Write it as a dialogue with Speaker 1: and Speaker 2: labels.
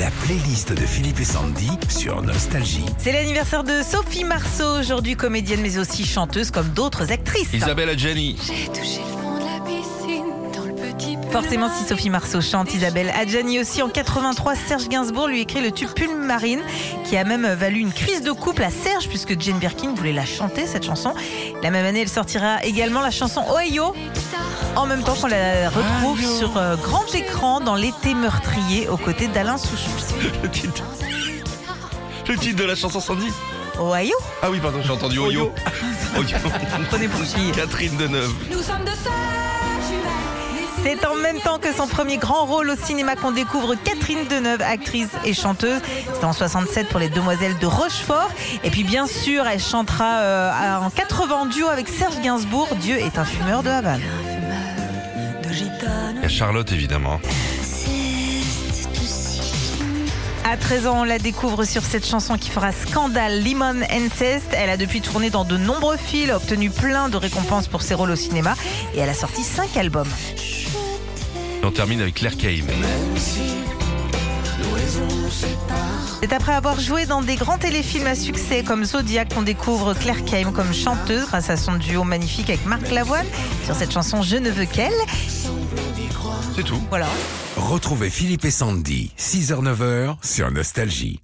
Speaker 1: La playlist de Philippe et Sandy sur Nostalgie.
Speaker 2: C'est l'anniversaire de Sophie Marceau, aujourd'hui comédienne mais aussi chanteuse comme d'autres actrices.
Speaker 3: Isabelle Adjani.
Speaker 4: J'ai touché le fond de la piscine dans le petit
Speaker 2: Forcément, si Sophie Marceau chante, Isabelle Adjani aussi. En 83, Serge Gainsbourg lui écrit le tube Pulme Marine, qui a même valu une crise de couple à Serge, puisque Jane Birkin voulait la chanter, cette chanson. La même année, elle sortira également la chanson Ohio, en même temps qu'on la retrouve sur euh, grand écran dans L'été meurtrier, aux côtés d'Alain Souchon.
Speaker 3: Le titre, le titre de la chanson Sandy.
Speaker 2: Ohio
Speaker 3: Ah oui, pardon, j'ai entendu Oyo. Oyo.
Speaker 2: Prenez pour qui
Speaker 3: Catherine Deneuve.
Speaker 4: Nous sommes de sœurs jumelles.
Speaker 2: C'est en même temps que son premier grand rôle au cinéma qu'on découvre Catherine Deneuve, actrice et chanteuse. C'était en 67 pour Les Demoiselles de Rochefort. Et puis bien sûr, elle chantera euh, à- en 80 en duo avec Serge Gainsbourg, Dieu est un fumeur de Havane.
Speaker 3: Il y a Charlotte, évidemment.
Speaker 2: À 13 ans, on la découvre sur cette chanson qui fera scandale, Lemon Incest. Elle a depuis tourné dans de nombreux films, obtenu plein de récompenses pour ses rôles au cinéma et elle a sorti 5 albums.
Speaker 3: Et on termine avec Claire Cain.
Speaker 2: C'est après avoir joué dans des grands téléfilms à succès comme Zodiac qu'on découvre Claire Kaim comme chanteuse grâce à son duo magnifique avec Marc Lavoine sur cette chanson Je ne veux qu'elle.
Speaker 3: C'est tout.
Speaker 2: Voilà.
Speaker 1: Retrouvez Philippe et Sandy, 6h-9h sur Nostalgie.